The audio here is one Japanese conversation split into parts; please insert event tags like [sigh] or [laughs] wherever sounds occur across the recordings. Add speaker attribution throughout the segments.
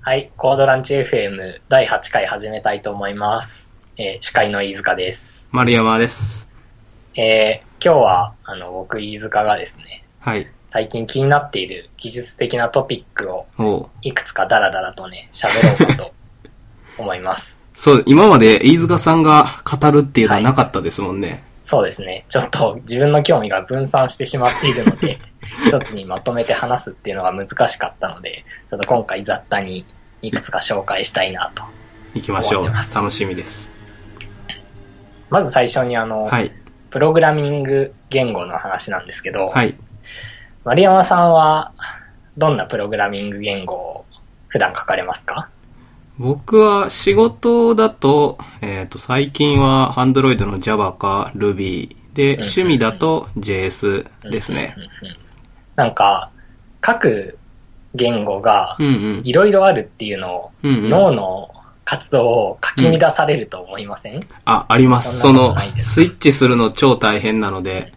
Speaker 1: はい、コードランチ FM 第8回始めたいと思います。えー司会の飯塚です。
Speaker 2: 丸山です。
Speaker 1: えー今日は、あの、僕飯塚がですね、
Speaker 2: はい。
Speaker 1: 最近気になっている技術的なトピックを
Speaker 2: おう
Speaker 1: いくつかダラダラとね、喋ろうかと思います。 [laughs]
Speaker 2: そう、今まで飯塚さんが語るっていうのはなかったですもんね。
Speaker 1: そうですね、ちょっと自分の興味が分散してしまっているの
Speaker 2: [laughs]
Speaker 1: で、一つにまとめて話すっていうのが難しかったので、ちょっと今回雑多にいくつか紹介したいなと。
Speaker 2: 行きましょう
Speaker 1: 終わってます。
Speaker 2: 楽しみです。
Speaker 1: まず最初にあの、
Speaker 2: はい。
Speaker 1: プログラミング言語の話なんですけど、
Speaker 2: はい。
Speaker 1: 丸山さんはどんなプログラミング言語を普段書かれますか
Speaker 2: 僕は仕事だと、えっ、と、最近は Android の Java か Ruby
Speaker 1: ん
Speaker 2: で、趣味だと JS ですね。
Speaker 1: うんうんうんなんか、各言語が
Speaker 2: うんうん。
Speaker 1: いろいろあるっていうのを、
Speaker 2: うんうん、
Speaker 1: 脳の活動をかき乱されると思いません、
Speaker 2: あ、あります。
Speaker 1: そ
Speaker 2: そ
Speaker 1: んなこと
Speaker 2: の
Speaker 1: ないで、す
Speaker 2: スイッチするの超大変なので、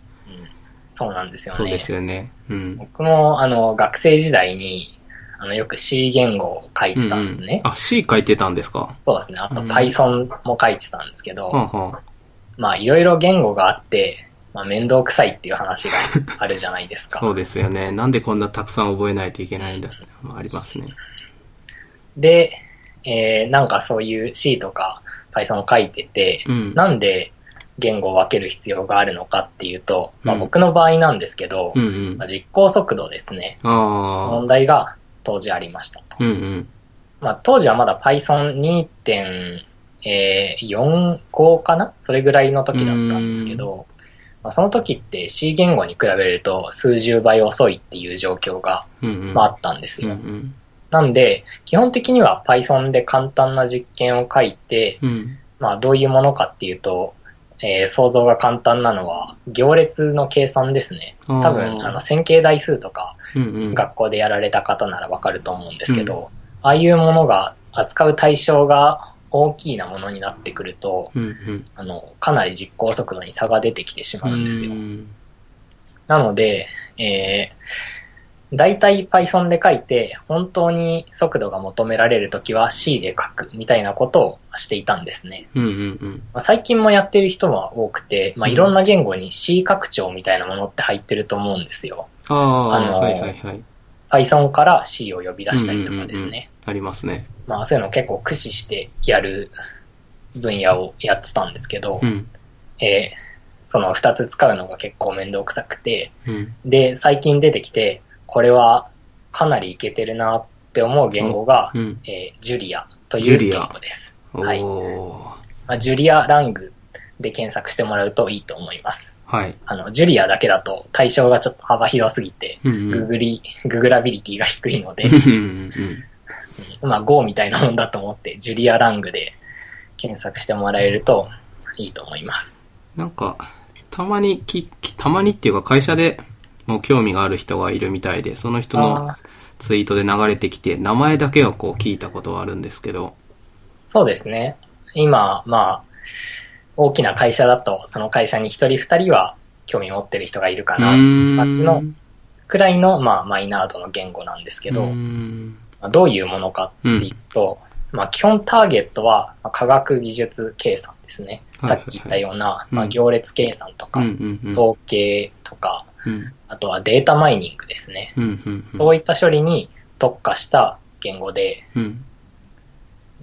Speaker 1: そうなんですよね。
Speaker 2: そうですよね。うん。
Speaker 1: 僕も、あの、学生時代に、あの、よく C 言語を書いてたんですね。
Speaker 2: あ、C 書いてたんですか。
Speaker 1: そうですね。あと
Speaker 2: うん
Speaker 1: Python も書いてたんですけど、
Speaker 2: はんはん。
Speaker 1: まあ、いろいろ言語があって、まあ、面倒くさいっていう話があるじゃないですか。
Speaker 2: そうですよね。なんでこんなたくさん覚えないといけないんだってのもありますね。
Speaker 1: で、えーなんかそういう C とか Python を書いてて、
Speaker 2: うん。
Speaker 1: なんで言語を分ける必要があるのかっていうと、まあ、
Speaker 2: うん
Speaker 1: 僕の場合なんですけど、
Speaker 2: うんうん
Speaker 1: まあ、。実行速度ですね、
Speaker 2: あ
Speaker 1: 問題が当時ありましたと。
Speaker 2: あ。うんうん。
Speaker 1: まあ、当時はまだ Python2.45 かなそれぐらいの時だったんですけど、まあ、その時って C 言語に比べると数十倍遅いっていう状況が、
Speaker 2: うんうん。
Speaker 1: まあ、あったんです
Speaker 2: うんう
Speaker 1: よ。
Speaker 2: ん。
Speaker 1: なんで、基本的には Python で簡単な実験を書いて、
Speaker 2: うん。
Speaker 1: まあどういうものかっていうと、えー想像が簡単なのは行列の計算ですね。
Speaker 2: あー
Speaker 1: 多分、あの、線形代数とか
Speaker 2: うんうん。
Speaker 1: 学校でやられた方ならわかると思うんですけど、ああいうものが扱う対象が大きいなものになってくると、
Speaker 2: うんうん。
Speaker 1: あの、かなり実行速度に差が出てきてしまうんですよ
Speaker 2: う。ん
Speaker 1: なので、えー、大体 Python で書いて、本当に速度が求められるときは C で書くみたいなことをしていたんですね。
Speaker 2: うんうん。
Speaker 1: まあ、最近もやってる人は多くて、まあ、
Speaker 2: うん
Speaker 1: いろんな言語に C 拡張みたいなものって入ってると思うんですよ。
Speaker 2: あ
Speaker 1: あのー
Speaker 2: あ、はいはいはい。
Speaker 1: Python から C を呼び出したりとかですね。
Speaker 2: ありますね。
Speaker 1: まあ、そういうのを結構駆使してやる分野をやってたんですけど、
Speaker 2: うん。
Speaker 1: えーその2つ使うのが結構面倒くさくて、
Speaker 2: うん。
Speaker 1: で、最近出てきて、これはかなりいけてるなって思う言語が、
Speaker 2: うん。
Speaker 1: えージュリアとい
Speaker 2: ジュ
Speaker 1: う
Speaker 2: リ
Speaker 1: 言
Speaker 2: ア
Speaker 1: 語です。
Speaker 2: お
Speaker 1: はい
Speaker 2: ー。
Speaker 1: まあ、ジュリアラングで検索してもらうといいと思います。
Speaker 2: はい。
Speaker 1: あの、ジュリアだけだと対象がちょっと幅広すぎて、
Speaker 2: うん
Speaker 1: グ
Speaker 2: うん。
Speaker 1: グリ、ググラビリティが低いので
Speaker 2: う、んうん
Speaker 1: [laughs] まあ Go みたいなもんだと思って、ジュリアラングで検索してもらえるといいと思います。
Speaker 2: なんか、たまにき、きたまにっていうか会社でもう興味がある人がいるみたいで、その人の
Speaker 1: あー
Speaker 2: ツイートで流れてきて、名前だけはこう聞いたことはあるんですけど。
Speaker 1: そうですね。今、まあ、大きな会社だと、その会社に一人二人は興味持ってる人がいるか
Speaker 2: う
Speaker 1: な、
Speaker 2: ーん
Speaker 1: あっちのくらいの、まあ、マイナードの言語なんですけど、
Speaker 2: うーん
Speaker 1: まあどういうものかっていうと、まあ、基本ターゲットは、まあ科学技術計算ですね。
Speaker 2: はい
Speaker 1: さ
Speaker 2: はい
Speaker 1: っき言ったような、
Speaker 2: うん
Speaker 1: まあ、行列計算と
Speaker 2: う
Speaker 1: か、
Speaker 2: んうんうん。
Speaker 1: 統計とか、
Speaker 2: うん
Speaker 1: あとはデータマイニングですね。
Speaker 2: うんうんうん。
Speaker 1: そういった処理に特化した言語で、
Speaker 2: うん。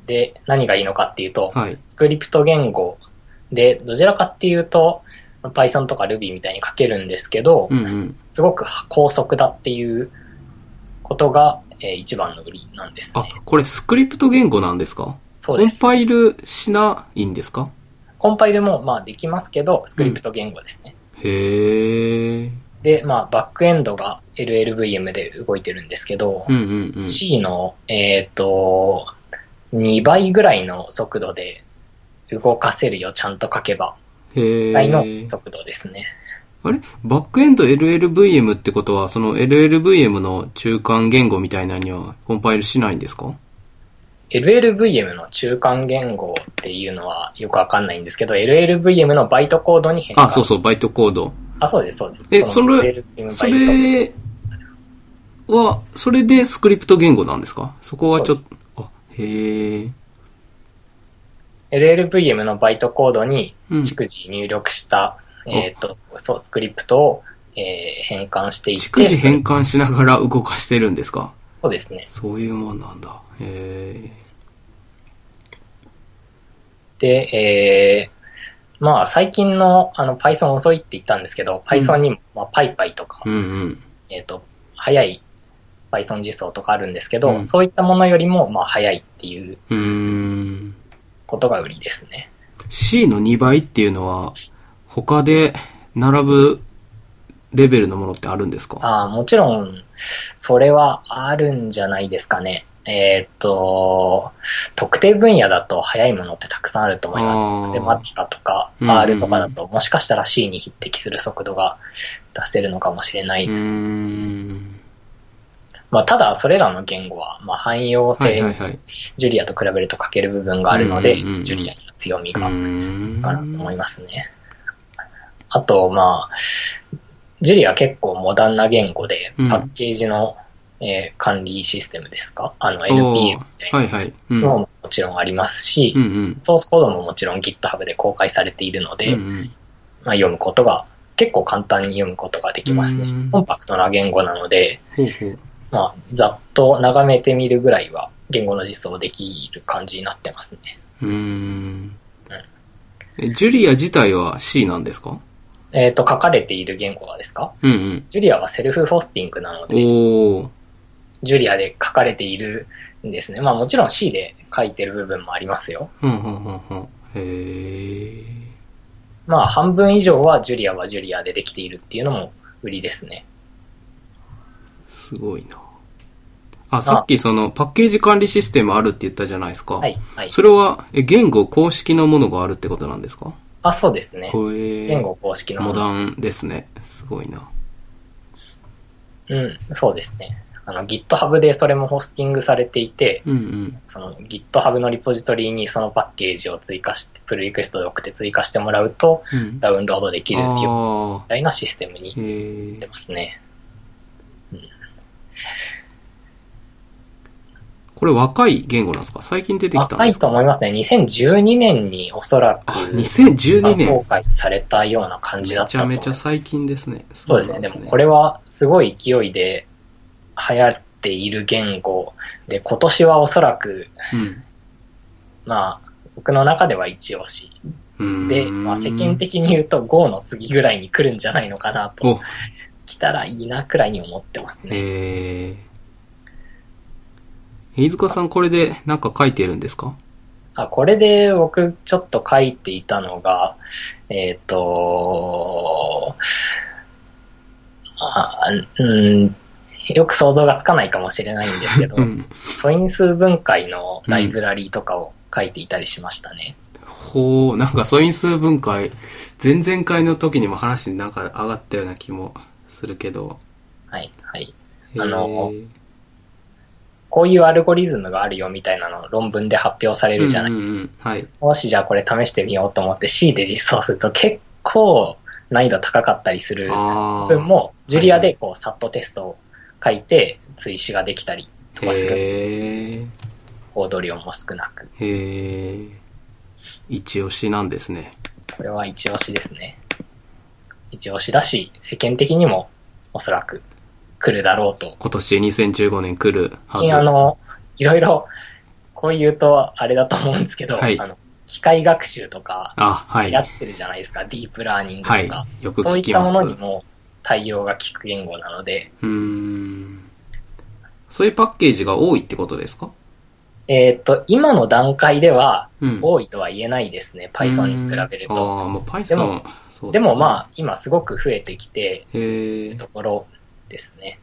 Speaker 1: で、何がいいのかっていうと、
Speaker 2: はい。
Speaker 1: スクリプト言語で、どちらかっていうと、Python とか Ruby みたいに書けるんですけど、
Speaker 2: うんうん。
Speaker 1: すごく高速だっていうことが、えー一番の売りなんです
Speaker 2: あ
Speaker 1: ね。、
Speaker 2: これスクリプト言語なんですか
Speaker 1: そうです。
Speaker 2: コンパイルしないんですか
Speaker 1: コンパイルも、まあ、できますけど、スクリプト言語ですね。
Speaker 2: へー。
Speaker 1: で、まあ、バックエンドが LLVM で動いてるんですけど、
Speaker 2: うんうんうん。
Speaker 1: C の、えっ、と、2倍ぐらいの速度で動かせるよ、ちゃんと書けば。
Speaker 2: へ
Speaker 1: ぐらいの
Speaker 2: ー。
Speaker 1: 速度ですね。
Speaker 2: あれバックエンド LLVM ってことは、その LLVM の中間言語みたいなのにはコンパイルしないんですか
Speaker 1: LLVM の中間言語っていうのはよくわかんないんですけど、LLVM のバイトコードに変換。
Speaker 2: あ、そうそう、バイトコード。
Speaker 1: あ、そうです、そうです。
Speaker 2: えそれ
Speaker 1: LLVM
Speaker 2: そ
Speaker 1: バイト
Speaker 2: れは、それでスクリプト言語なんですかそこはちょっと、あ、へえ。
Speaker 1: LLVM のバイトコードに
Speaker 2: うん。
Speaker 1: 逐次入力した、
Speaker 2: お
Speaker 1: えっと、そう、スクリプトを、えー変換していって、
Speaker 2: 逐次変換しながら動かしてるんですか
Speaker 1: そうですね。
Speaker 2: そういうもんなんだ。へ
Speaker 1: で、えーまあ最近のあの Python 遅いって言ったんですけど、Python にも、まあ、PyPy とか
Speaker 2: え。、うんうん。
Speaker 1: えっ、と、早い Python 実装とかあるんですけど、
Speaker 2: うん
Speaker 1: そういったものよりも、まあ早いっていう
Speaker 2: うーん。
Speaker 1: ことが売りですね。
Speaker 2: C の2倍っていうのは、他で並ぶレベルのものってあるんですか
Speaker 1: ああ、もちろん、それはあるんじゃないですかね。えーっと、特定分野だと早いものってたくさんあると思い
Speaker 2: あー
Speaker 1: ます。セマティカとか
Speaker 2: うんうんうん
Speaker 1: R とかだと、もしかしたら C に匹敵する速度が出せるのかもしれな
Speaker 2: う
Speaker 1: い
Speaker 2: ー
Speaker 1: です。
Speaker 2: ん。
Speaker 1: まあ、ただ、それらの言語は、まあ、汎用性、
Speaker 2: はいはいはい。う
Speaker 1: ジュリアと比べると欠ける部分があるので、
Speaker 2: うんうんうん
Speaker 1: ジュリアには強みがある
Speaker 2: ーん。
Speaker 1: かなと思いますね。あと、まあ、ジュリア結構モダンな言語で、
Speaker 2: うん
Speaker 1: パッケージの、えー管理システムですかあの NPM み
Speaker 2: おー
Speaker 1: たい
Speaker 2: はいはい。う。
Speaker 1: なんのももちろんありますし、
Speaker 2: うんうん。
Speaker 1: ソースコードももちろん GitHub で公開されているので、
Speaker 2: うんうん
Speaker 1: まあ、読むことが、結構簡単に読むことができますね
Speaker 2: うん。
Speaker 1: コンパクトな言語なので、
Speaker 2: ほうほう。
Speaker 1: まあ、ざっと眺めてみるぐらいは言語の実装できる感じになってますね。
Speaker 2: うーん。えジュリア自体は C なんですか
Speaker 1: えっ、と、書かれている言語がですか
Speaker 2: うん
Speaker 1: ジュリアはセルフホスティングなの
Speaker 2: うん。
Speaker 1: で、
Speaker 2: おー。
Speaker 1: ジュリアで書かれているんですね。まあもちろん C で書いてる部分もありますよ。
Speaker 2: うんうんうんうん。へー。
Speaker 1: まあ半分以上はジュリアはジュリアでできているっていうのも売りですね。
Speaker 2: すごいな。あ、さっきそのパッケージ管理システムあるって言ったじゃないですか。
Speaker 1: はい。はい。
Speaker 2: それは、え言語公式のものがあるってことなんですか
Speaker 1: あ、そうですね。
Speaker 2: これ
Speaker 1: 言語公式のも
Speaker 2: モ
Speaker 1: の。
Speaker 2: ダンですね。すごいな。
Speaker 1: うん、そうですね。あの GitHub でそれもホスティングされていて、
Speaker 2: うんうん。
Speaker 1: その GitHub のリポジトリにそのパッケージを追加して、プルリクエストで送って追加してもらうと
Speaker 2: うん。
Speaker 1: ダウンロードできるよみ
Speaker 2: あ
Speaker 1: たいなシステムに
Speaker 2: ー。へ
Speaker 1: なって
Speaker 2: ー
Speaker 1: ますね。
Speaker 2: これ若い言語なんですか最近出てきたん
Speaker 1: 若
Speaker 2: で
Speaker 1: い
Speaker 2: すか
Speaker 1: と思いますね。2012年におそらく
Speaker 2: あ、2012
Speaker 1: 公
Speaker 2: 年。
Speaker 1: 開されたような感
Speaker 2: め
Speaker 1: じだっ
Speaker 2: ち
Speaker 1: たと
Speaker 2: ゃ
Speaker 1: 思い
Speaker 2: め
Speaker 1: ま
Speaker 2: ちゃ最近ですね。
Speaker 1: そ
Speaker 2: そう
Speaker 1: ですね。でもこれ
Speaker 2: は。
Speaker 1: はすごい勢いで流行っている言語で、今年はおそらく、
Speaker 2: うん
Speaker 1: まあ、僕の中では一押し。
Speaker 2: うーん。
Speaker 1: で、まあ、世間的に言うと GO の次ぐらいに来るんじゃないのかなと。
Speaker 2: お、
Speaker 1: 来たらいいなくらいに思ってますね。
Speaker 2: えー。飯塚さんこれでなんか書いてるんですか
Speaker 1: あこれで僕ちょっと書いていたのが、えっ、とあうん、よく想像がつかないかもしれないんですけど
Speaker 2: う、ん。
Speaker 1: 素因数分解のライブラリーとかを書いていたりしましたね。
Speaker 2: ほう、なんか素因数分解、前々回の時にも話になんか上がったような気もするけど。
Speaker 1: はい、はい。
Speaker 2: へー
Speaker 1: あのこういうアルゴリズムがあるよみたいなのを論文で発表されるじゃないですか
Speaker 2: うんうんうんはい。
Speaker 1: もしじゃあこれ試してみようと思って C で実装すると結構難易度高かったりする
Speaker 2: あ
Speaker 1: 部
Speaker 2: ー
Speaker 1: 分も、ジュリアでこう、サットテストを書いて、追試ができたりとかするんです。
Speaker 2: へー
Speaker 1: コード量も少なく。
Speaker 2: へー一押しなんですね。
Speaker 1: これは一押しですね。一押しだし、世間的にもおそらく来るだろうと
Speaker 2: 今年2015年来るは
Speaker 1: 最
Speaker 2: ず。
Speaker 1: 近あの、いろいろ、こう言うとあれだと思うんですけど、
Speaker 2: はい
Speaker 1: あの機械学習とか
Speaker 2: あ、はい。
Speaker 1: やってるじゃないですか、ディープラーニングとか。
Speaker 2: はい。よく
Speaker 1: そうい
Speaker 2: 聞
Speaker 1: っ
Speaker 2: き
Speaker 1: た
Speaker 2: ま
Speaker 1: も
Speaker 2: す。
Speaker 1: のにも対応が効く言語なので、
Speaker 2: うーん。そういうパッケージが多いってことですか
Speaker 1: えーっと、今の段階では
Speaker 2: うん。
Speaker 1: 多いとは言えないですね、Python に比べる
Speaker 2: うー
Speaker 1: と。
Speaker 2: んああ、もう
Speaker 1: で
Speaker 2: Python
Speaker 1: も、
Speaker 2: そう
Speaker 1: でも
Speaker 2: あ。
Speaker 1: まあ、今すごく増えてきて
Speaker 2: へえ
Speaker 1: と。ころですね。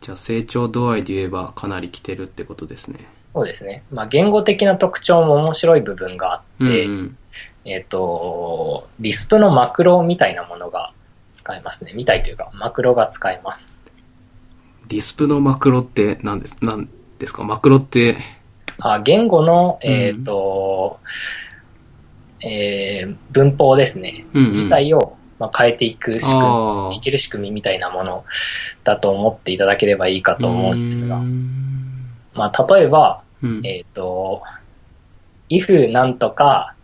Speaker 2: じゃあ成長度合いで言えばかなり来てるってことですね。
Speaker 1: そうですね。まあ、言語的な特徴も面白い部分があって、
Speaker 2: うんうん。
Speaker 1: えっ、と、リスプのマクロみたいなものが使えますね。みたいというか、マクロが使えます。
Speaker 2: リスプのマクロって何です、何ですかマクロって、
Speaker 1: あ言語の、
Speaker 2: うん
Speaker 1: えっ、と、えー文法ですね。
Speaker 2: うん、うん。
Speaker 1: 自体を、まあ、変えていく仕組
Speaker 2: ああ
Speaker 1: み、いける仕組みみたいなものだと思っていただければいいかと思うんですが
Speaker 2: うー。ん
Speaker 1: まあ、例えば、
Speaker 2: うん。
Speaker 1: えっ、と、if なんとか、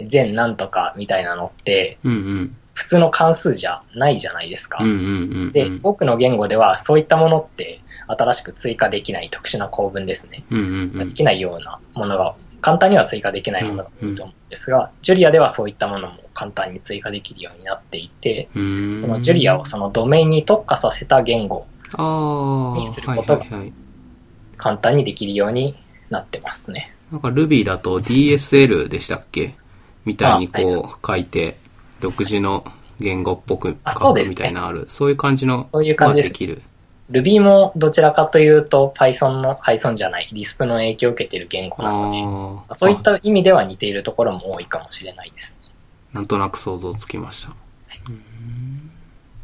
Speaker 1: 全なんとかみたいなのって、
Speaker 2: うんうん。
Speaker 1: 普通の関数じゃないじゃないですか。
Speaker 2: うんうんうん。
Speaker 1: で、多くの言語ではそういったものって新しく追加できない特殊な構文ですね。
Speaker 2: うんうんう
Speaker 1: で
Speaker 2: ん。
Speaker 1: きないようなものが、簡単には追加できないものが多いと思うんですが、ジュリアではそういったものも簡単に追加できるようになっていて、
Speaker 2: うーん
Speaker 1: そのジュリアをそのドメインに特化させた言語、
Speaker 2: ああ、
Speaker 1: にすることが
Speaker 2: はいはいはい。
Speaker 1: 簡単にできるようになってますね。
Speaker 2: なんか Ruby だと DSL でしたっけみたいに
Speaker 1: あ
Speaker 2: こう書いて、独自の言語っぽく
Speaker 1: あそ
Speaker 2: 書
Speaker 1: うで
Speaker 2: く
Speaker 1: すね
Speaker 2: みたいなのある。そういう感じの
Speaker 1: そういう感じです
Speaker 2: できる。
Speaker 1: Ruby もどちらかというと Python の、Python じゃない、Lisp の影響を受けている言語なので、
Speaker 2: ああ。
Speaker 1: そういった意味では似ているところも多いかもしれないです。
Speaker 2: なんとなく想像つきました。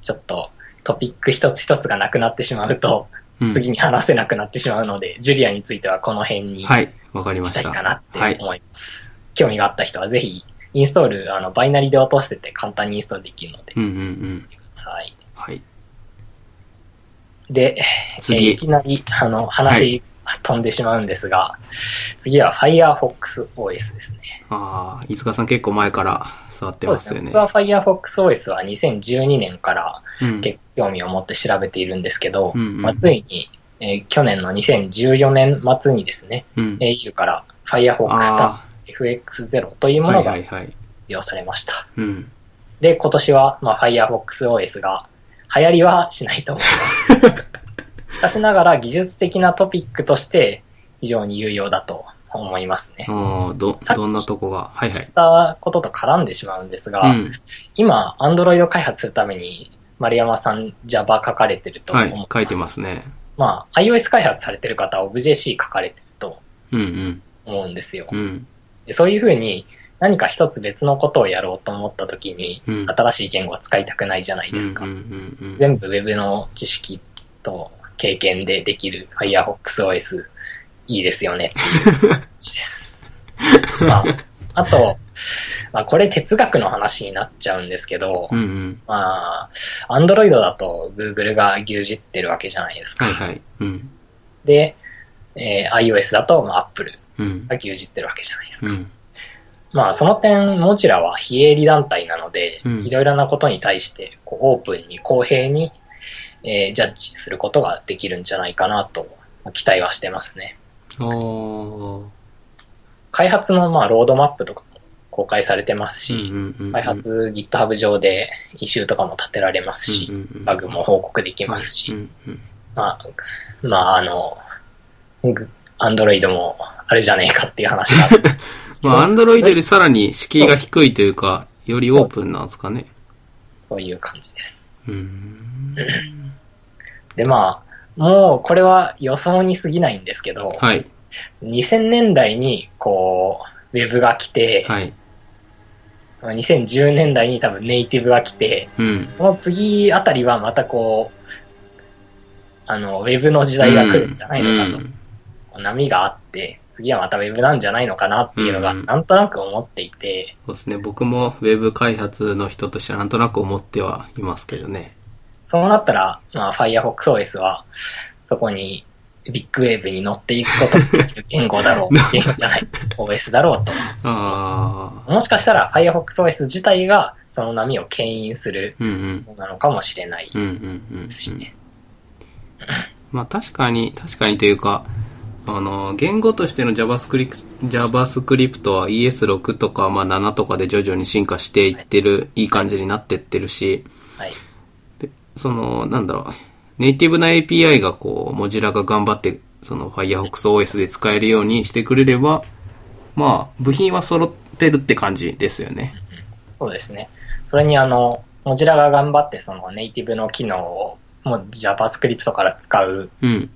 Speaker 1: ちょっとトピック一つ一つがなくなってしまうと、
Speaker 2: うん
Speaker 1: 次に話せなくなってしまうので、ジュリアについてはこの辺に
Speaker 2: は
Speaker 1: し
Speaker 2: い、わかりま
Speaker 1: たい
Speaker 2: した。
Speaker 1: かなって
Speaker 2: はい。
Speaker 1: 思います。興味があった人はぜひ、インストール、あの、バイナリで落としてて簡単にインストールできるので、
Speaker 2: うんうんうん。
Speaker 1: はい。
Speaker 2: はい。
Speaker 1: で、
Speaker 2: 次
Speaker 1: えーいきなり、あの、話、飛んでしまうんですが、次は Firefox OS ですね。
Speaker 2: ああ、飯塚さん結構前から触って
Speaker 1: そう
Speaker 2: ま
Speaker 1: です
Speaker 2: す
Speaker 1: ね
Speaker 2: よね。
Speaker 1: 僕は Firefox OS は2012年から
Speaker 2: うん
Speaker 1: 結構興味を持って調べているんですけど、
Speaker 2: うんうん
Speaker 1: まあ、ついに、えー去年の2014年末にですね、
Speaker 2: うん
Speaker 1: au から Firefox
Speaker 2: あ
Speaker 1: FX0 というも
Speaker 2: は
Speaker 1: の
Speaker 2: い
Speaker 1: が
Speaker 2: は
Speaker 1: 発
Speaker 2: いはい。
Speaker 1: 表されました。
Speaker 2: うん。
Speaker 1: で、今年は、まあ、Firefox OS が流行りはしないと思い
Speaker 2: [laughs]
Speaker 1: ます。しかしながら技術的なトピックとして非常に有用だと思いますね。
Speaker 2: ああ、ど
Speaker 1: さっ、き
Speaker 2: どんなとこが。はいはい。
Speaker 1: たことと絡んでしまうんですが、
Speaker 2: うん。
Speaker 1: 今、アンドロイド開発するために、丸山さん Java 書かれてると思
Speaker 2: は
Speaker 1: う。
Speaker 2: い、書いてますすね。
Speaker 1: まあ、iOS 開発されてる方は Obj-C 書かれてると
Speaker 2: うん
Speaker 1: 思うんですよ。
Speaker 2: うん。うん。
Speaker 1: でそういうふうに、何か一つ別のことをやろうと思った時に、
Speaker 2: うん
Speaker 1: 新しい言語は使いたくないじゃないですか。
Speaker 2: うんうんうんうん
Speaker 1: 全部 Web の知識と経験でできる FirefoxOS いいですよ
Speaker 2: [laughs]
Speaker 1: ねっていう話です。まあ、あと、まあ、これ哲学の話になっちゃうんですけど、
Speaker 2: うんうん。
Speaker 1: まあ、アンドロイドだと Google が牛耳ってるわけじゃないですか。
Speaker 2: はいはい。うん。
Speaker 1: で、えー iOS だと、まあ、Apple
Speaker 2: うん。
Speaker 1: が牛耳ってるわけじゃないですか。
Speaker 2: うん。
Speaker 1: まあ、その点、モジュラは非営利団体なので、
Speaker 2: うん
Speaker 1: いろいろなことに対して、こう、オープンに公平に、えージャッジすることができるんじゃないかなと、期待はしてますね。
Speaker 2: あー
Speaker 1: 開発の、まあ、ロードマップとかも公開されてます
Speaker 2: うん
Speaker 1: し、
Speaker 2: うんうん。
Speaker 1: 開発 GitHub 上で、イシューとかも立てられますし、バグも報告でき
Speaker 2: い
Speaker 1: ますし、
Speaker 2: うんうん
Speaker 1: まあ、まあ、あの、アンドロイドもあれじゃねえかっていう話がある。
Speaker 2: [laughs] まあ、アンドロイドよりさらに敷居が低いというか、よりオープンなんですかね。
Speaker 1: そういう感じです。
Speaker 2: うん。
Speaker 1: で、まあ、もうこれは予想に過ぎないんですけど、
Speaker 2: はい。
Speaker 1: 2000年代にこう、ウェブが来て、
Speaker 2: はい。
Speaker 1: 2010年代に多分ネイティブが来て、
Speaker 2: うん。
Speaker 1: その次あたりはまたこう、あの、ウェブの時代が来るんじゃないのかと、
Speaker 2: うん
Speaker 1: 波があって、次はまたウェブなんじゃないのかなっていうのが、
Speaker 2: うん
Speaker 1: なんとなく思っていて、
Speaker 2: そうですね。僕も Web 開発の人としてはなんとなく思ってはいますけどね。
Speaker 1: そうなったら、まあ、Firefox OS は、そこに、ビッグウェーブに乗っていくことができる言語だろう、言語じゃない、OS だろうと。
Speaker 2: ああ。
Speaker 1: もしかしたら、Firefox OS 自体が、その波を牽引する
Speaker 2: うんうん。
Speaker 1: ものなのかもしれない
Speaker 2: うんうんうんうん
Speaker 1: ですしね。
Speaker 2: まあ確かに、確かにというか、あの、言語としての JavaScript, JavaScript は ES6 とか、まあ7とかで徐々に進化していってる、い、い感じになってってるし、
Speaker 1: はい。
Speaker 2: でその、なんだろう、ネイティブな API がこう、モジュラが頑張って、その Firefox OS で使えるようにしてくれれば、まあ、部品は揃ってるって感じですよね。
Speaker 1: そうですね。それに、あの、モジュラが頑張って、そのネイティブの機能を、もう JavaScript から使う
Speaker 2: うん。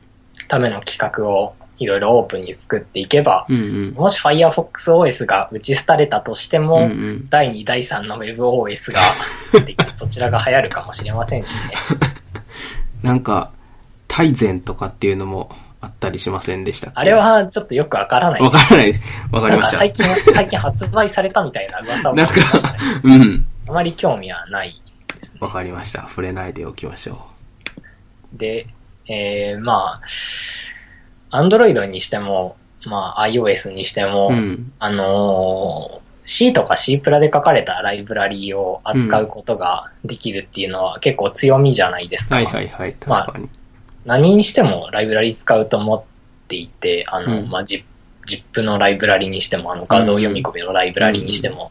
Speaker 1: ための企画を、いろいろオープンに作っていけば、
Speaker 2: うんうん。
Speaker 1: もし Firefox OS が打ち廃れたとして
Speaker 2: うん
Speaker 1: も、
Speaker 2: うん。
Speaker 1: 第2、第3の WebOS
Speaker 2: [laughs]
Speaker 1: ができる、そちらが流行るかもしれませんしね。
Speaker 2: なんか、大善とかっていうのもあったりしませんでしたっけ
Speaker 1: あれはちょっとよくわからない。
Speaker 2: わからない。わかりま
Speaker 1: な
Speaker 2: し
Speaker 1: ん
Speaker 2: た。
Speaker 1: 最近、最近発売されたみたいな噂を聞き
Speaker 2: なん
Speaker 1: ま
Speaker 2: か
Speaker 1: したけど、
Speaker 2: うん。
Speaker 1: あまり興味はない。
Speaker 2: わかりました。触れないでおきましょ
Speaker 1: で、えー、まあ、Android にしても、まあ iOS にしても、
Speaker 2: うん。
Speaker 1: あのー C とか C プラで書かれたライブラリーを扱うことができるっていうのは結構強みじゃないですか。
Speaker 2: はいはいはい。
Speaker 1: まあ
Speaker 2: 確かに。
Speaker 1: 何にしてもライブラリ使うと思っていて、あの、
Speaker 2: うん
Speaker 1: まあ、ジップのライブラリにしても、あの画像読み込みのライブラリにしても、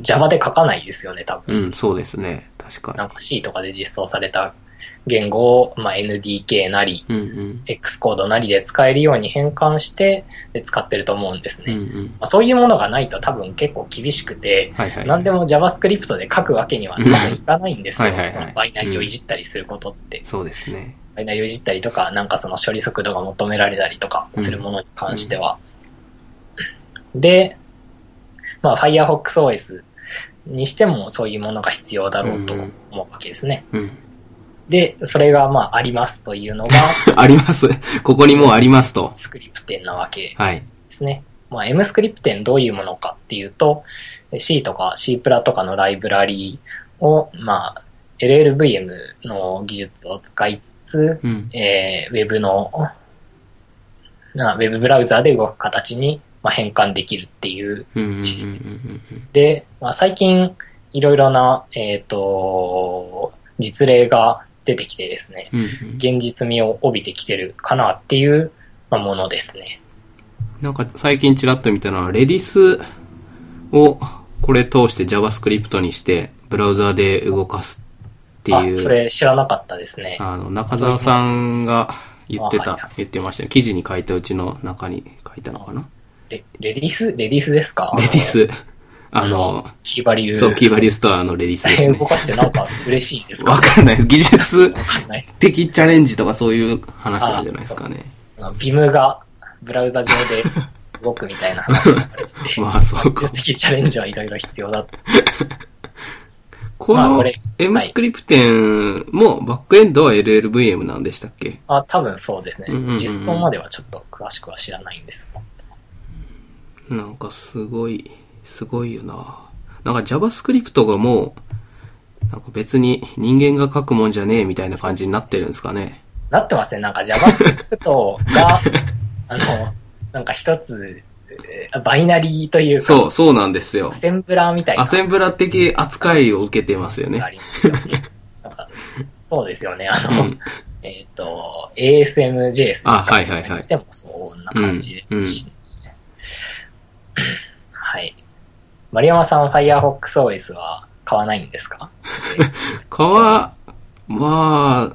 Speaker 1: Java で書かないですよね、多分。
Speaker 2: うん、そうですね。確か
Speaker 1: なんか C とかで実装された言語を、まあ、NDK なり、
Speaker 2: に。うん
Speaker 1: X コードなりで使えるように変換して、で使ってると思うんです
Speaker 2: うん。う
Speaker 1: ね。
Speaker 2: んうん。
Speaker 1: まあ、そういうものがないと多分結構厳しくて、
Speaker 2: はいはい。
Speaker 1: 何でも JavaScript で書くわけには多分いかないんですよ。
Speaker 2: はいはいはい
Speaker 1: そのバイナリーをいじったりすることって。
Speaker 2: そうですね。
Speaker 1: バイナリーをいじったりとか、なんかその処理速度が求められたりとかするものに関しては。で、まあ FirefoxOS にしてもそういうものが必要だろうと
Speaker 2: うん
Speaker 1: 思うわけですね。
Speaker 2: うん。 [laughs]
Speaker 1: で、それがまあありますというのが
Speaker 2: あります。ここにもうありますと。
Speaker 1: スクリプテンなわけ
Speaker 2: はい。
Speaker 1: ですね。まあ M スクリプテンどういうものかっていうと、C とか C プラとかのライブラリを、まあ LLVM の技術を使いつつ、
Speaker 2: うん。
Speaker 1: えー、ウェブの、なウェブブラウザーで動く形に、まあ、変換できるっていう。
Speaker 2: うんうんうんうん
Speaker 1: システ
Speaker 2: うんうん。
Speaker 1: で、まあ、最近、いろいろな、えっ、と、実例が出てきてですね、
Speaker 2: うんうん
Speaker 1: 現実味を帯びてきてるかなっていう、まあ、ものですね。
Speaker 2: なんか最近ちらっと見たのは、レディスをこれ通して JavaScript にして、ブラウザーで動かすって
Speaker 1: あ
Speaker 2: い、、
Speaker 1: そうれ知らなかったですね。
Speaker 2: あの、中澤さんが言って
Speaker 1: あはいは
Speaker 2: た
Speaker 1: い、
Speaker 2: 言ってましたね。記事に書いたうちの中に書いたのかな。
Speaker 1: レレディスレディスですか
Speaker 2: レディス、あ
Speaker 1: あの
Speaker 2: の、、
Speaker 1: キーバリュー。
Speaker 2: そう、キーバリュ
Speaker 1: ュ
Speaker 2: ーストアのレディス
Speaker 1: ー
Speaker 2: です
Speaker 1: 動
Speaker 2: ね。
Speaker 1: かしてなんか嬉しいですか
Speaker 2: わかんないです。技術
Speaker 1: わかんない。
Speaker 2: 的チャレンジとかそういう話なんじゃないですかね。、
Speaker 1: あのビムがブラウザ上で動くみたいな話があるんで
Speaker 2: まあそうか
Speaker 1: 実績チャレンジはいろいろ必要だと。
Speaker 2: こ
Speaker 1: まあ
Speaker 2: の
Speaker 1: これ
Speaker 2: M スクリプテンもバックエンドは LLVM なんでしたっけ
Speaker 1: あ、多分そうですね
Speaker 2: うんうんうん。
Speaker 1: 実装まではちょっと詳しくは知らないんですが。
Speaker 2: なんかすごい、すごいよな。なんか JavaScript がもう、なんか別に人間が書くもんじゃねえみたいな感じになってるんですかね。
Speaker 1: なってますね。なんか JavaScript
Speaker 2: [laughs]
Speaker 1: が、あの、なんか一つ、えーバイナリーというか、
Speaker 2: そう、そうなんですよ
Speaker 1: ア。センブラーみたいな
Speaker 2: アセンブラ的扱いを受けてますよ
Speaker 1: のがあ
Speaker 2: ね。
Speaker 1: りますよね。
Speaker 2: [laughs]
Speaker 1: なんかそうですよね。あ
Speaker 2: う
Speaker 1: の、
Speaker 2: ん。
Speaker 1: えっ、と、ASMJS ですか
Speaker 2: あはいはいはい
Speaker 1: にしてもそんな感じですし、はい。丸山さん、FirefoxOS は買わないんですか
Speaker 2: 川、まあ、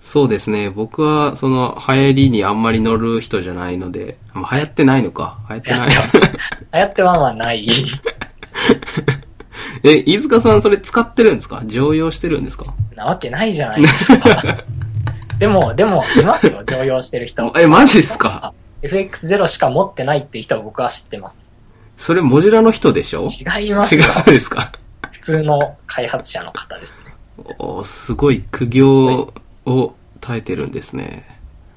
Speaker 2: そうですね。僕は、その、流行りにあんまり乗る人じゃないので、まあ流行ってないのか。流行って [laughs] ない。
Speaker 1: 流行ってはまあ
Speaker 2: [laughs]
Speaker 1: ない。
Speaker 2: え、飯塚さんそれ使ってるんですか常用してるんですか
Speaker 1: なわけない [laughs] じゃないですか。でも、でも、いますよ、常用してる人。
Speaker 2: え、マジっすか
Speaker 1: FX0 しか持ってないっていう人を僕は知ってます。
Speaker 2: それモジュラの人でしょ
Speaker 1: 違います
Speaker 2: 違
Speaker 1: よ。
Speaker 2: うですか
Speaker 1: 普通の開発者の方です
Speaker 2: おーすごい苦行を耐えてるんですね。
Speaker 1: ね。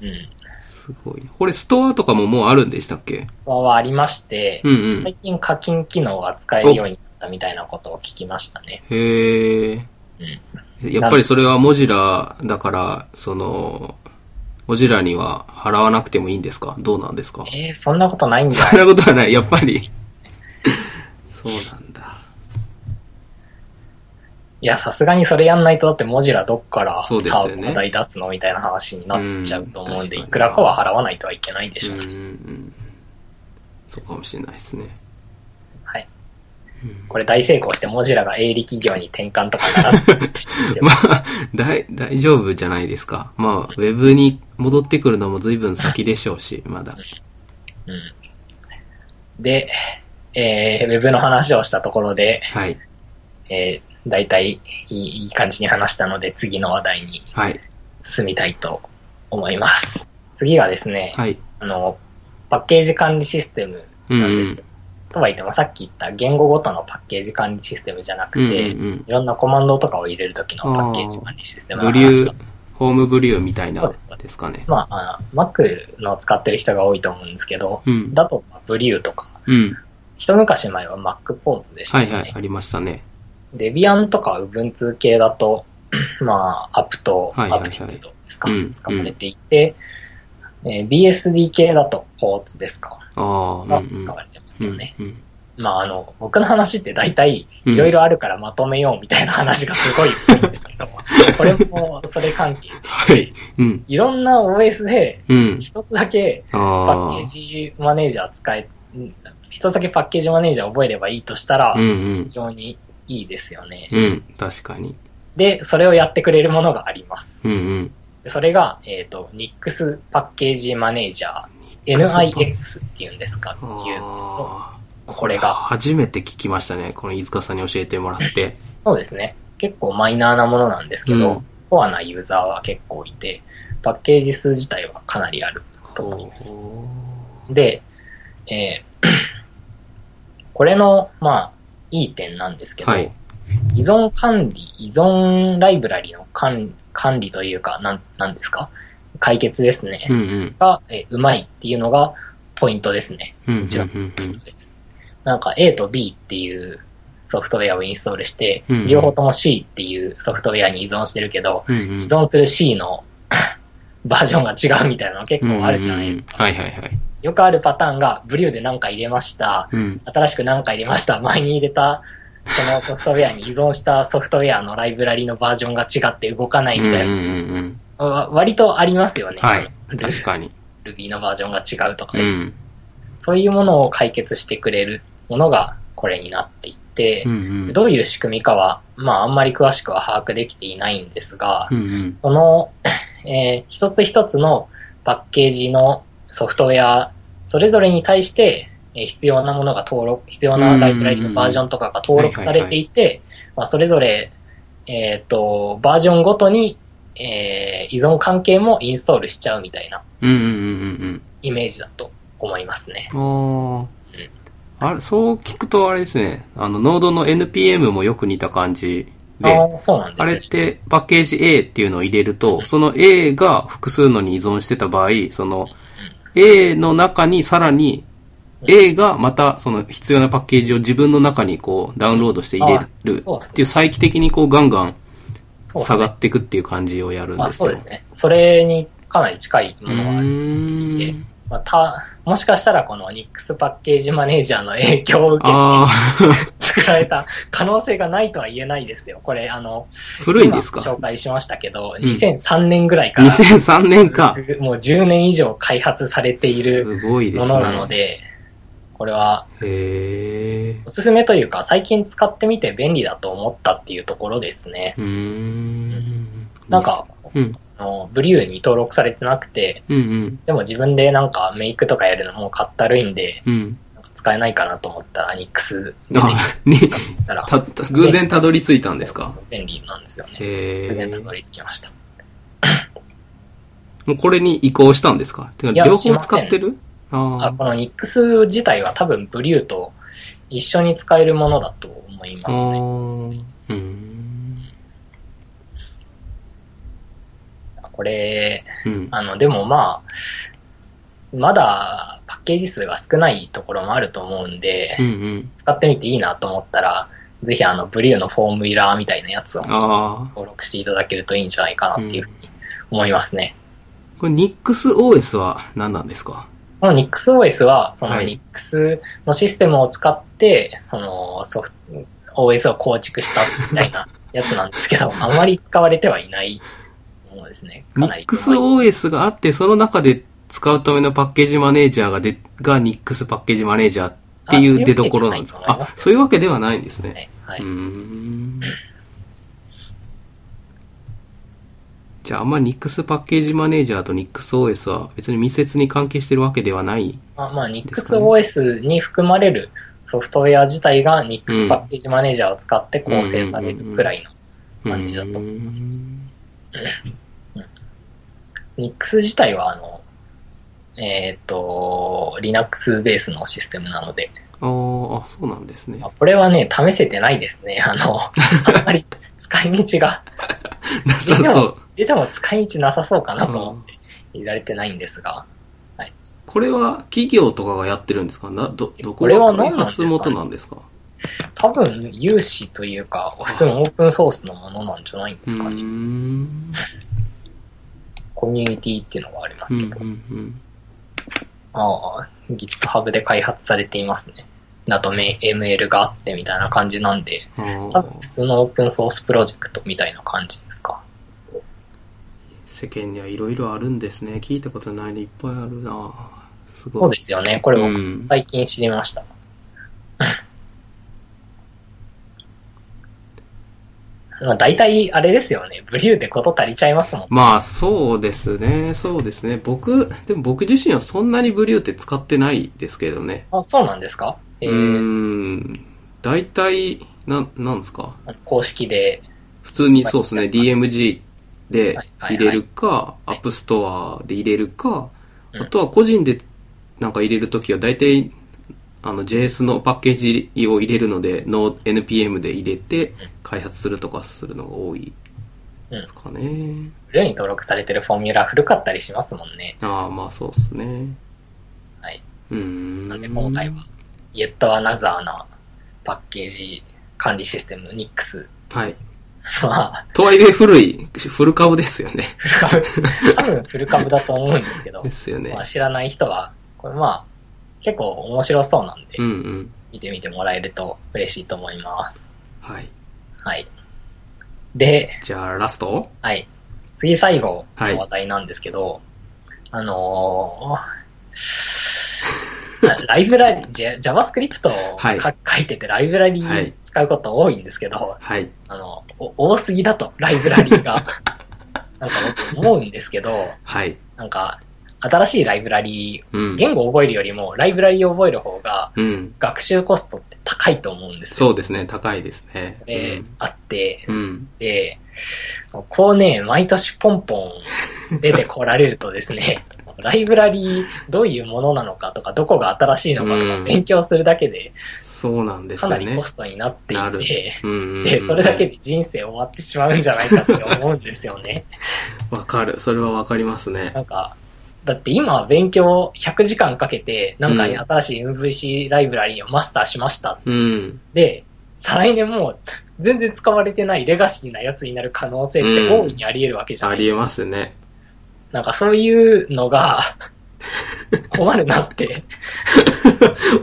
Speaker 1: うん。
Speaker 2: すごい。これストアとかももうあるんでしたっけ
Speaker 1: はありまして、
Speaker 2: うんうん
Speaker 1: 最。近課金機能が使えるようになったみたいなことを聞きましたね。
Speaker 2: へえ。
Speaker 1: うん。
Speaker 2: やっぱりそれはモジュラだから、その、モジュラには払わなくてもいいんですかどうなんですか
Speaker 1: えー、そんなことないんじゃ
Speaker 2: そんなことはない。やっ
Speaker 1: [laughs]
Speaker 2: ぱり。そうなんだ。
Speaker 1: いや、さすがにそれやんないと、だってモジュラどっからサ
Speaker 2: そうですよね
Speaker 1: ーバー代出すのみたいな話になっちゃうと思うんで、
Speaker 2: うん確かに
Speaker 1: いくらかは払わないとはいけないで
Speaker 2: う
Speaker 1: しょ
Speaker 2: ん
Speaker 1: う
Speaker 2: うん
Speaker 1: ね。
Speaker 2: うん。そうかもしれないですね。
Speaker 1: はい。
Speaker 2: うん
Speaker 1: これ大成功してモジュラが営利企業に転換とかなら知ってますけど
Speaker 2: ま [laughs] あ、大、大丈夫じゃないですか。まあ、ウェブに戻ってくるのも随分先でしょうし、まだ。
Speaker 1: うんで、えー、ウェブの話をしたところで、
Speaker 2: はい。
Speaker 1: えー、大体いいいい感じに話したので、次の話題に
Speaker 2: はい。
Speaker 1: 進みたいと思います。次はですね、
Speaker 2: はい。
Speaker 1: あの、パッケージ管理システム
Speaker 2: うん
Speaker 1: なん
Speaker 2: う
Speaker 1: ですけ
Speaker 2: ん
Speaker 1: ど、。とは言ってもさっき言った言語ごとのパッケージ管理システムじゃなく
Speaker 2: うんうん
Speaker 1: て、
Speaker 2: うん
Speaker 1: いろんなコマンドとかを入れるときのパッケージ管理システム
Speaker 2: ブ
Speaker 1: の
Speaker 2: リュ
Speaker 1: 話が
Speaker 2: ー、ホームブリューみたいなですかね。
Speaker 1: まあ、あの Mac の使ってる人が多いと思うんですけど、
Speaker 2: うん。
Speaker 1: だとまあブリューとか、
Speaker 2: うん。
Speaker 1: 一昔前は Mac ポーズでした
Speaker 2: は
Speaker 1: よ
Speaker 2: い
Speaker 1: ね。
Speaker 2: はい、ありましたね。
Speaker 1: Debian とか Ubuntu 系だ [clears throat] と、まあ、アプト、
Speaker 2: はいはいはい
Speaker 1: アプティブとですか、
Speaker 2: うん
Speaker 1: 使われていて、えー BSDK だとポーツですか
Speaker 2: ああ、
Speaker 1: が
Speaker 2: うんうん。
Speaker 1: 使われてますよね。
Speaker 2: うん
Speaker 1: まああの、僕の話って大体
Speaker 2: うん
Speaker 1: いろいろあるからまとめようみたいな話がすごい多いんですけ
Speaker 2: [laughs]
Speaker 1: ど、これもそれ関係で、
Speaker 2: はい。うん。
Speaker 1: いろんな OS で
Speaker 2: うん。
Speaker 1: 一つだけ [laughs] パ
Speaker 2: ああ。
Speaker 1: ッケージマネージャー使え、うん一つだけパッケージマネージャー覚えればいいとしたら
Speaker 2: う、ん
Speaker 1: 非常にいいですよね。
Speaker 2: うん。うん。確かに。
Speaker 1: で、それをやってくれるものがあります。
Speaker 2: うんうん。
Speaker 1: それが、えっ、と、NIX パッケージマネージャー、
Speaker 2: NIX
Speaker 1: NIX っていうんですか、言うんですけど
Speaker 2: ああ。
Speaker 1: これが。
Speaker 2: 初めて聞きましたね。この飯塚さんに教えてもらって。
Speaker 1: そうですね。結構マイナーなものなんですけ
Speaker 2: う
Speaker 1: ど
Speaker 2: ん、
Speaker 1: コアなユーザーは結構いて、パッケージ数自体はかなりあると思います。
Speaker 2: ほ
Speaker 1: で、えー [clears throat] これの、まあ、いい点なんですけ
Speaker 2: う
Speaker 1: ど、
Speaker 2: はい。
Speaker 1: 依存管理、依存ライブラリの管管理というか、なん、なんですか解決ですね。
Speaker 2: うんうん。
Speaker 1: が、えーうまいっていうのがポイントですね。
Speaker 2: うんうん
Speaker 1: じゃあ
Speaker 2: うんうん。
Speaker 1: ですなんか A と B っていうソフトウェアをインストールして、
Speaker 2: うん
Speaker 1: 両方とも C っていうソフトウェアに依存してるけど、
Speaker 2: うんう
Speaker 1: 依
Speaker 2: ん。
Speaker 1: 存する C の [laughs] バージョンが違うみたいなの結構あるじゃないですか。
Speaker 2: か。はいはいはい。
Speaker 1: よくあるパターンが、ブリューで何か入れました、
Speaker 2: うん。
Speaker 1: 新しく何か入れました、前に入れた、そのソフトウェアに依存したソフトウェアのライブラリのバージョンが違って動かない
Speaker 2: うん
Speaker 1: み
Speaker 2: うん
Speaker 1: たいな、
Speaker 2: うん
Speaker 1: わ割とありますよね。
Speaker 2: はい
Speaker 1: そ
Speaker 2: うん。
Speaker 1: の
Speaker 2: 確かに。
Speaker 1: Ruby のバージョンが違うとか
Speaker 2: う
Speaker 1: ですね
Speaker 2: ん。
Speaker 1: そういうものを解決してくれるものがこれになっていて
Speaker 2: う、んうん。
Speaker 1: どういう仕組みかは、まああんまり詳しくは把握できていないんですが、
Speaker 2: うんうん。
Speaker 1: その、 [coughs] えー一つ一つのパッケージのソフトウェア、それぞれに対して、えー必要なものが登録、必要なライブラリのバージョンとかが登録されていて、まあそれぞれ、えっ、と、バージョンごとに、えー依存関係もインストールしちゃうみたいな
Speaker 2: うんうんうん
Speaker 1: イメージだと思いますね。
Speaker 2: うんうん。ああ。あれ、そう聞くとあれですね。あの、ノードの NPM もよく似た感じで。
Speaker 1: ああ、そうなんです
Speaker 2: あ
Speaker 1: ね
Speaker 2: れってパッケージ A っていうのを入れると、その A が複数のに依存してた場合、その A の中にさらに A がまたその必要なパッケージを自分の中にこうダウンロードして入れる
Speaker 1: そうです
Speaker 2: っていう再帰的にこうガンガン
Speaker 1: そうです
Speaker 2: 下
Speaker 1: ね
Speaker 2: がっていくっていう感じをやるん
Speaker 1: まあ
Speaker 2: です
Speaker 1: そう
Speaker 2: よ。
Speaker 1: ですね。それにかなり近いも
Speaker 2: う
Speaker 1: のはある。
Speaker 2: ーん。
Speaker 1: まあ、た、もしかしたらこの NIX パッケージマネージャーの影響を受
Speaker 2: ああ、
Speaker 1: け作られた可能性がないとは言えないですよ。これ、あの、
Speaker 2: 古いんです
Speaker 1: 今
Speaker 2: か
Speaker 1: 紹介しましたけど、
Speaker 2: ん
Speaker 1: 2003年ぐらいから、
Speaker 2: ?2003 年か。
Speaker 1: もう10年以上開発されている
Speaker 2: すごいで
Speaker 1: も
Speaker 2: す
Speaker 1: のなの
Speaker 2: ね。
Speaker 1: で、これは
Speaker 2: へえ。
Speaker 1: おすすめというか、最近使ってみて便利だと思ったっていうところですね。
Speaker 2: うーん。
Speaker 1: なんか、
Speaker 2: うん、
Speaker 1: あのブリューに登録されてなくて、
Speaker 2: うんうん。
Speaker 1: でも自分でなんかメイクとかやるのもかったるいんで、
Speaker 2: うん。
Speaker 1: 使えないかなと思ったら、アニックスで
Speaker 2: あ、に、
Speaker 1: たら、
Speaker 2: た、た偶然たどり着いたんです
Speaker 1: そう
Speaker 2: か
Speaker 1: そうそう便利なんですよね。
Speaker 2: へ
Speaker 1: 偶然た
Speaker 2: ー
Speaker 1: どり着きました。
Speaker 2: もうこれに移行したんですかてか
Speaker 1: いや
Speaker 2: 両方使ってる
Speaker 1: あ
Speaker 2: あ
Speaker 1: このニックス自体は多分ブリューと一緒に使えるものだと思い
Speaker 2: あ。
Speaker 1: ま
Speaker 2: あ
Speaker 1: すね。
Speaker 2: ーうん。
Speaker 1: これ、
Speaker 2: うん。
Speaker 1: あの、でもまあ、まだパッケージ数が少ないところもあると思うんで、
Speaker 2: うんうん。
Speaker 1: 使ってみていいなと思ったら、ぜひあの、ブリューのフォームイラーみたいなやつを
Speaker 2: ああ。
Speaker 1: 登録していただけるといいんじゃないかなっていうふうに思いますね。
Speaker 2: これ NixOS は何なんですか
Speaker 1: この NixOS は、その
Speaker 2: はい
Speaker 1: Nix のシステムを使って、そのソフト、OS を構築したみたい
Speaker 2: [laughs]
Speaker 1: なやつなんですけど、あまり使われてはいないものですね。かなり。
Speaker 2: ?NixOS があって、その中で使うためのパッケージマネージャーがで、が Nix パッケージマネージャーっていう出所なんですか
Speaker 1: あ
Speaker 2: あ、そういうわけではないんですね。
Speaker 1: ねはいう
Speaker 2: ー。ん。じゃあ、あんま NIX パッケージマネージャーと NIXOS は別に密接に関係してるわけではない。
Speaker 1: まあ、まあ、
Speaker 2: すかね
Speaker 1: NixOS に含まれるソフトウェア自体が
Speaker 2: う
Speaker 1: Nix
Speaker 2: ん
Speaker 1: パッケージマネージャーを使って構成されるくらいの。感じだと思います
Speaker 2: うーん
Speaker 1: Nix 自体は、あの、えっ、と、Linux ベースのシステムなので、
Speaker 2: あーあ、そうな
Speaker 1: [laughs]
Speaker 2: んですね
Speaker 1: ま。あこれはね、試せてないですね。あ [laughs] の、あんまり使い道が、
Speaker 2: なさそう。
Speaker 1: 入れても使い道なさそうかなと思って入れられてないんですが、
Speaker 2: これは企業とかがやってるんですかなど、どこ
Speaker 1: これは
Speaker 2: が開
Speaker 1: 何なんですか
Speaker 2: 発
Speaker 1: ね
Speaker 2: 元なんですか
Speaker 1: 多分有志というか、普通のオープンソースのものなんじゃないんですか
Speaker 2: うー
Speaker 1: ね。
Speaker 2: ん
Speaker 1: コミュニティっていうのがありま
Speaker 2: う
Speaker 1: す
Speaker 2: ん
Speaker 1: け
Speaker 2: う
Speaker 1: ど、
Speaker 2: んうん。
Speaker 1: ああ、GitHub で開発されていますね。だとめ ML があってみたいな感じなんで、多
Speaker 2: あー
Speaker 1: 分普通のオープンソースプロジェクトみたいな感じですか。
Speaker 2: 世間にはいろいろあるんですね。聞いたことないのいっぱいあるなすごい。
Speaker 1: そうですよね。これ
Speaker 2: うん
Speaker 1: も最近知りました。 [laughs] まあ大体あれですよね。ブリューでこと足りちゃいますもん。
Speaker 2: まあそうですね、そうですね。僕、でも僕自身はそんなにブリューって使ってないですけどね。
Speaker 1: あ、そうなんですかえ
Speaker 2: う
Speaker 1: ー、
Speaker 2: ーん。大体、なん、なんですか
Speaker 1: 公式で。
Speaker 2: 普通にそうですね、DMG で入れるか、
Speaker 1: いはい
Speaker 2: App Store で入れるか、
Speaker 1: うん
Speaker 2: あとは個人でなんか入れるときは大体、あの JS のパッケージを入れるので、の NPM で入れて開発するとかするのが多いですかね。
Speaker 1: ブリューに登録されてるフォーミュラ古かったりしますもんね。
Speaker 2: ああ、まあそうですね。
Speaker 1: はい。
Speaker 2: うーん。
Speaker 1: なんで今回は。Yet Another なパッケージ管理シス [laughs] テム NIX。
Speaker 2: はい。
Speaker 1: まあ、
Speaker 2: とはいえ古い、古株で
Speaker 1: [laughs]
Speaker 2: すよね。
Speaker 1: フル
Speaker 2: [laughs]
Speaker 1: 株、多分フル株だと思うんですけど
Speaker 2: で、すよね
Speaker 1: まあ、。知らない人は、これまあ、結構面白そうなんで
Speaker 2: う、んうん。
Speaker 1: 見てみてもらえると嬉しいと思います。
Speaker 2: はい。
Speaker 1: はい。で、
Speaker 2: じゃあラスト
Speaker 1: はい。次最後
Speaker 2: はい
Speaker 1: の話題なんですけど、あのー [laughs] ライブラリ、J- JavaScript を
Speaker 2: はい
Speaker 1: か書いててライブラリ
Speaker 2: はい
Speaker 1: 使うこと多いんですけど、
Speaker 2: はい。
Speaker 1: あの、お多すぎだと、ライブラリが。
Speaker 2: [laughs]
Speaker 1: なんか僕思うんですけど、
Speaker 2: はい。
Speaker 1: なんか、新しいライブラリ
Speaker 2: うん。
Speaker 1: 言語を覚えるよりも、ライブラリを覚える方が、
Speaker 2: うん。
Speaker 1: 学習コストって高いと思うんですよ。
Speaker 2: そうですね、高いですね。
Speaker 1: であって、
Speaker 2: うん。うん。
Speaker 1: で、こうね、毎年ポンポン出てこられるとですね、
Speaker 2: [laughs]
Speaker 1: ライブラリどういうものなのかとか、どこが新しいのかと
Speaker 2: う
Speaker 1: か
Speaker 2: ん
Speaker 1: 勉強するだけで、
Speaker 2: そうなんです
Speaker 1: か
Speaker 2: よ
Speaker 1: なり
Speaker 2: ね
Speaker 1: コ。ストになって
Speaker 2: なる
Speaker 1: いて、。
Speaker 2: うんうんうん
Speaker 1: で、それだけで人生終わってしまうんじゃないかって思うんですよ
Speaker 2: [laughs]
Speaker 1: ね。
Speaker 2: わかる。それはわかりますね。
Speaker 1: なんか、だって今勉強100時間かけて、なんか
Speaker 2: うん
Speaker 1: 新しい MVC ライブラリをマスターしました。
Speaker 2: うん。
Speaker 1: で、再来年もう全然使われてないレガシーなやつになる可能性って
Speaker 2: うん
Speaker 1: 大いにあり得るわけじゃ
Speaker 2: あ
Speaker 1: ない
Speaker 2: り
Speaker 1: で
Speaker 2: え
Speaker 1: すか。
Speaker 2: ますね。
Speaker 1: なんかそういうの
Speaker 2: [laughs]
Speaker 1: が困るなって、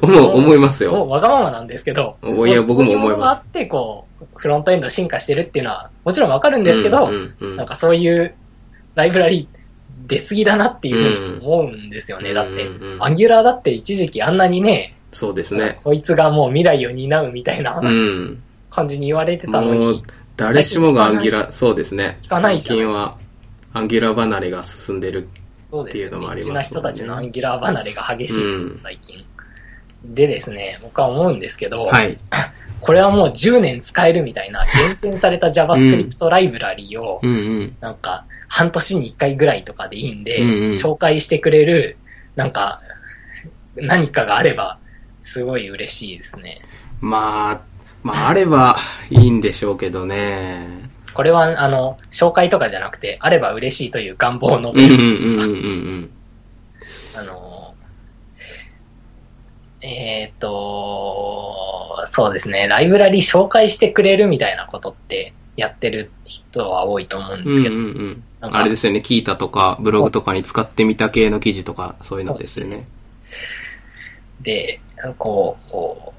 Speaker 2: 思う、思います
Speaker 1: も
Speaker 2: よ。
Speaker 1: うわがままなんですけど、
Speaker 2: おいや僕も思
Speaker 1: そうい
Speaker 2: います
Speaker 1: うものがあって、こう、フロントエンド進化してるっていうのはもちろんわかるんですけど、
Speaker 2: うんうんうん
Speaker 1: なんかそういうライブラリ出過ぎだなっていうふうに思うんですよね。
Speaker 2: うん
Speaker 1: だって
Speaker 2: うんう、ん
Speaker 1: アンギュラーだって一時期あんなにね、
Speaker 2: そうですね。
Speaker 1: こいつがもう未来を担うみたいな
Speaker 2: うん。
Speaker 1: 感じに言われてたの
Speaker 2: も
Speaker 1: に
Speaker 2: う、、誰しもがアンギュラ、そうですね。
Speaker 1: 聞かない
Speaker 2: 最
Speaker 1: じゃない
Speaker 2: 近は、アンギュラ離れが進んでる。
Speaker 1: そうです
Speaker 2: っていうの
Speaker 1: ね。
Speaker 2: もあ
Speaker 1: エッ
Speaker 2: り
Speaker 1: ジな
Speaker 2: ますも
Speaker 1: 人
Speaker 2: んね
Speaker 1: たちのアンギュラー離れが激しいです、
Speaker 2: うん
Speaker 1: 最近。でですね、僕は思うんですけど、
Speaker 2: はい。
Speaker 1: これはもう10年使えるみたいな厳選された JavaScript ライブラリを、
Speaker 2: うんうん。
Speaker 1: なんか、半年に1回ぐらいとかでいいんで、
Speaker 2: うんうん
Speaker 1: 紹介してくれる、なんか、何かがあれば、すごい嬉しいですね。
Speaker 2: まあ、まあ、あればいいんでしょうけどね。
Speaker 1: これは、あの、紹介とかじゃなくて、あれば嬉しいという願望の
Speaker 2: うん
Speaker 1: メ
Speaker 2: う
Speaker 1: ー
Speaker 2: ん
Speaker 1: ルで
Speaker 2: う
Speaker 1: し
Speaker 2: ん
Speaker 1: た
Speaker 2: うんうん。
Speaker 1: あの、えっ、と、そうですね、ライブラリ紹介してくれるみたいなことって、やってる人は多いと思うんですけど、
Speaker 2: うんうんうん
Speaker 1: なんか
Speaker 2: あれですよね、キータとかブログとかに使ってみた系の記事とか、そういうのですよね。
Speaker 1: で、こう、こ